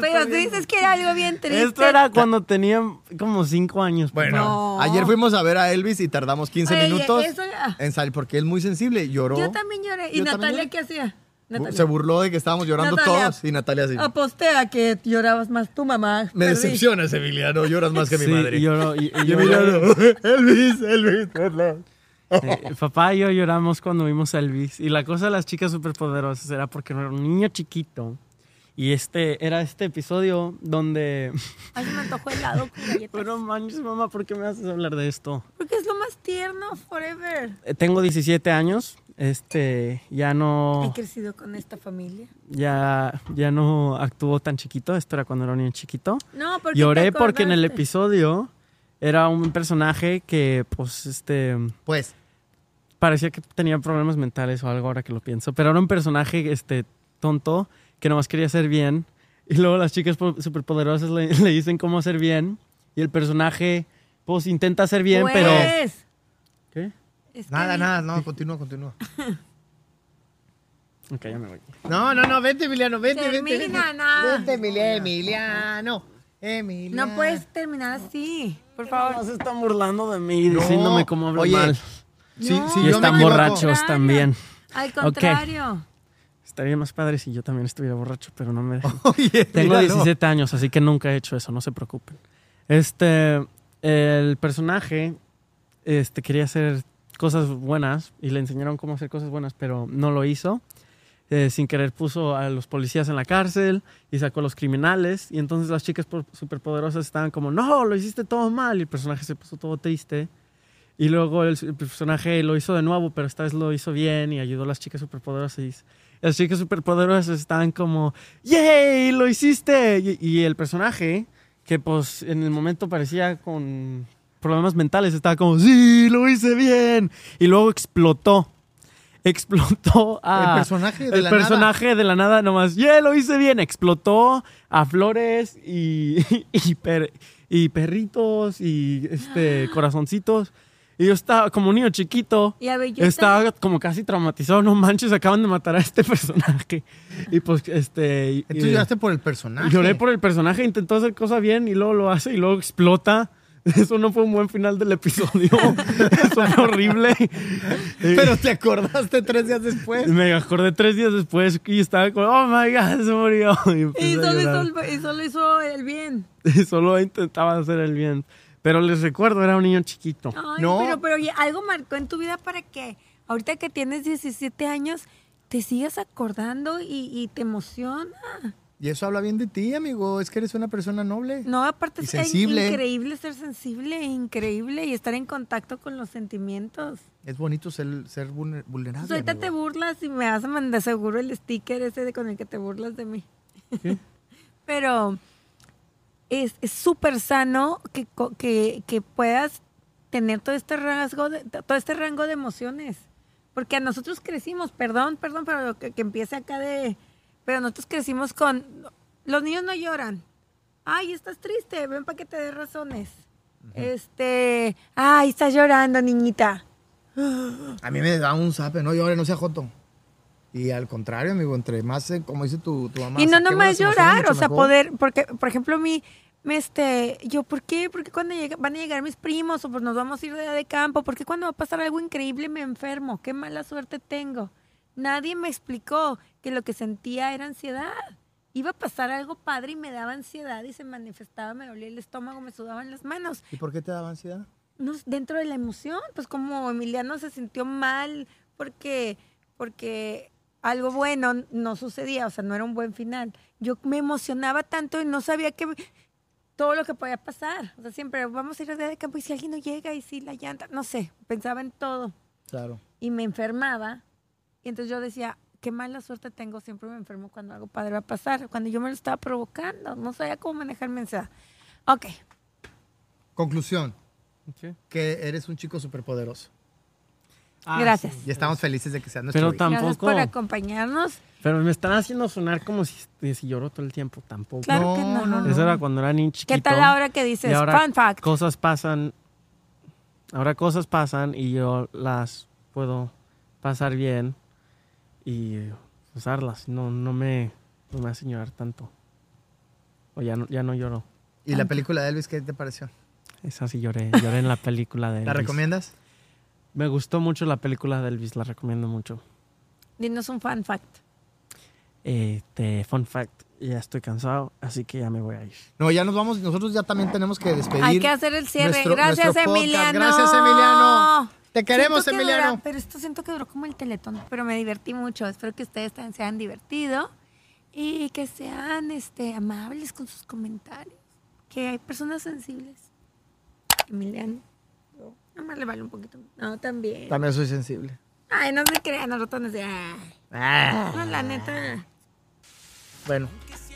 D: Pero tú dices que era algo bien triste.
A: Esto era cuando tenía como cinco años. papá.
D: No.
C: Ayer fuimos a ver a Elvis y tardamos 15
D: Oye,
C: minutos
D: eso ya-
C: en salir porque él muy sensible, lloró.
D: Yo también lloré. ¿Y
C: Yo también
D: Natalia
C: lloré.
D: qué hacía? Natalia.
C: Se burló de que estábamos llorando
D: Natalia.
C: todos y Natalia así.
D: Aposté a que llorabas más tu mamá.
C: Me
D: Perdí.
C: decepcionas, Emiliano, lloras más que
A: Sí,
C: mi madre.
A: y lloró, y- y
C: Y
A: lloró.
C: Emiliano, Elvis, Elvis.
A: Eh, papá y yo lloramos cuando vimos a Elvis. Y la cosa de las chicas superpoderosas era porque era un niño chiquito. Y este era este episodio donde.
D: Ay, se me antojó helado con galletas.
A: Pero manches, mamá, ¿por qué me haces hablar de esto?
D: Porque es lo más tierno, forever.
A: Eh, Tengo 17 años. Este, ya
D: He
A: no.
D: crecido con esta familia.
A: Ya, ya no actuó tan chiquito. Esto era cuando era un niño chiquito.
D: No, porque.
A: Lloré porque en el episodio era un personaje que, pues, este.
C: Pues,
A: parecía que tenía problemas mentales o algo ahora que lo pienso, pero era un personaje este tonto que nomás quería ser bien y luego las chicas po- superpoderosas le, le dicen cómo hacer bien y el personaje pues intenta hacer bien, pero
D: Pues,
A: ¿Qué?
C: nada, nada, no, continúa, continúa.
A: Ok, ya me voy.
C: No, no, no, vete, Emiliano, vete, vete.
D: Termina,
C: Vete,
D: nada.
C: vete Emiliano, Emiliano. Emiliano.
D: No pues, puedes terminar así, por
A: No,
D: favor.
A: se están burlando de mí
C: No,
A: diciéndome cómo hablo
C: oye,
A: mal.
C: Sí,
D: No.
C: sí,
A: y
C: yo
A: están
C: me equivoco.
A: borrachos también.
D: Al
A: Ok.
D: contrario.
A: Estaría más padre si yo también estuviera borracho, pero no me dejan.
C: Oye,
A: Tengo
C: míralo.
A: 17 años, así que nunca he hecho eso, no se preocupen. Este, el personaje este, quería hacer cosas buenas y le enseñaron cómo hacer cosas buenas, pero no lo hizo. Eh, sin querer puso a los policías en la cárcel y sacó a los criminales. Y entonces las chicas por- superpoderosas estaban como, no, lo hiciste todo mal. Y el personaje se puso todo triste. Y luego el, el personaje lo hizo de nuevo, pero esta vez lo hizo bien y ayudó a las chicas superpoderosas. Y las chicas superpoderosas estaban como, ¡yay! ¡Lo hiciste! Y, y el personaje, que pues en el momento parecía con problemas mentales, estaba como, ¡sí! ¡Lo hice bien! Y luego explotó. Explotó a.
C: El personaje de
A: el
C: la
A: personaje de la nada nomás, ¡yeah! ¡Lo hice bien! Explotó a flores y, y, per- y perritos y este, corazoncitos. Y yo estaba como un niño chiquito.
D: Y a Bellota.
A: Estaba como casi traumatizado, no manches, acaban de matar a este personaje. Y pues, este. y-
C: Entonces
A: y-
C: lloraste por el personaje.
A: lloré por el personaje, intentó hacer cosas bien y luego lo hace y luego explota. Eso no fue un buen final del episodio. Eso fue horrible.
C: Pero te acordaste tres días después.
A: Me acordé tres días después y estaba como, oh my god, se murió. Y, empecé
D: Y
A: a
D: solo,
A: llorar.
D: hizo el, y solo hizo el bien.
A: Y solo intentaba hacer el bien. Pero les recuerdo, era un niño chiquito.
D: Ay,
C: No.
D: Pero, pero oye, algo marcó en tu vida para que ahorita que tienes 17 años te sigas acordando y, y te emociona.
C: Y eso habla bien de ti, amigo. Es que eres una persona noble.
D: No, aparte
C: Y
D: es
C: sensible.
D: increíble ser sensible, increíble y estar en contacto con los sentimientos.
C: Es bonito ser, ser vulner- vulnerable.
D: Entonces, ahorita te
C: amigo.
D: burlas y me vas a mandar seguro el sticker ese de con el que te burlas de mí. Pero es es súper sano que, co- que, que puedas tener todo este rasgo, de- todo este rango de emociones. Porque a nosotros crecimos, perdón, perdón, pero lo que, que empiece acá de... Pero nosotros crecimos con... Los niños no lloran. Ay, estás triste, ven para que te dé razones. Este... Ay, estás llorando, niñita.
C: A mí me da un zape, no llores, no sea joto. Y al contrario, amigo, entre más, eh, como dice tu, tu mamá.
D: Y no
C: saquemos
D: nomás
C: las emociones,
D: llorar,
C: mucho
D: o sea,
C: mejor.
D: poder, porque, por ejemplo, mi, mi, este, yo, ¿por qué? Porque cuando llega- van a llegar mis primos o pues nos vamos a ir de, de campo, porque cuando va a pasar algo increíble me enfermo, qué mala suerte tengo. Nadie me explicó que lo que sentía era ansiedad. Iba a pasar algo padre y me daba ansiedad y se manifestaba, me dolía el estómago, me sudaban las manos
C: ¿Y por qué te daba ansiedad?
D: no, sé, dentro de la emoción, pues como Emiliano se sintió mal porque, porque algo bueno no sucedía, o sea, no era un buen final. Yo me emocionaba tanto y no sabía que todo lo que podía pasar. O sea, siempre vamos a ir a día de campo y si alguien no llega y si la llanta, no sé, pensaba en todo
C: Claro.
D: y me enfermaba. Y entonces yo decía, qué mala suerte tengo, siempre me enfermo cuando algo padre va a pasar, cuando yo me lo estaba provocando, no sabía cómo manejar mi ansiedad. Ok,
C: Conclusión,
A: Sí.
C: que eres un chico superpoderoso.
D: gracias.
C: Y estamos felices de que seas nuestro
A: Pero
C: hijo.
D: Gracias
A: Ah, tampoco.
D: por acompañarnos.
A: Pero me están haciendo sonar como si, este, si lloro todo el tiempo. Tampoco.
D: Claro que
C: No,
D: no.
C: no,
A: Eso era cuando era niño chiquito.
D: ¿Qué tal ahora que
A: Y
D: dices?
A: ahora
D: Fun fact.
A: Cosas pasan. Ahora cosas pasan y yo las puedo pasar bien y usarlas. No, no me, no me hacen llorar tanto. O ya no, ya no lloro.
C: ¿Y la película de Elvis qué te pareció?
A: Esa sí lloré. Lloré en la película de Elvis.
C: ¿La recomiendas?
A: Me gustó mucho la película de Elvis. La recomiendo mucho.
D: Dinos un fun fact.
A: Este, fun fact. Ya estoy cansado, así que ya me voy a ir.
C: No, ya nos vamos. Nosotros ya también tenemos que despedir.
D: Hay que hacer el cierre.
C: nuestro-
D: gracias,
C: nuestro podcast.
D: Emiliano.
C: Gracias, Emiliano. Te queremos,
D: Siento que dura-
C: Emiliano.
D: pero esto siento que duró como el teletón, pero me divertí mucho. Espero que ustedes también se hayan divertido y que sean este, amables con sus comentarios. Que hay personas sensibles. Emiliano. yo, Nada más le vale un poquito. No, también.
C: También soy sensible. Ah,
D: Ay, no se crean, nosotros nos ay, No, la neta.
C: Bueno,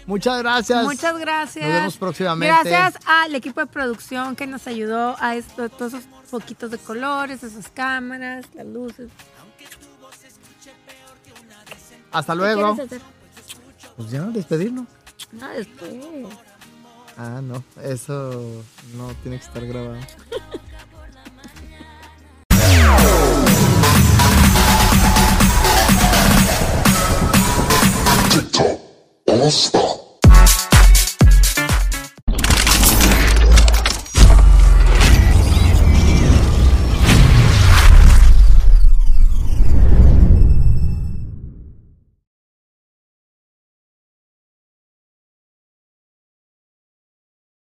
C: muchas gracias.
D: Muchas gracias.
C: Nos vemos próximamente.
D: Gracias al equipo de producción que nos ayudó a esto, todos esos poquitos de colores, esas cámaras, las luces.
C: Hasta
D: ¿Qué
C: luego.
D: quieres hacer?
C: Pues ya, despedirnos.
D: No, después.
C: Ah, no, eso no tiene que estar grabado.
G: TikTok, all stop.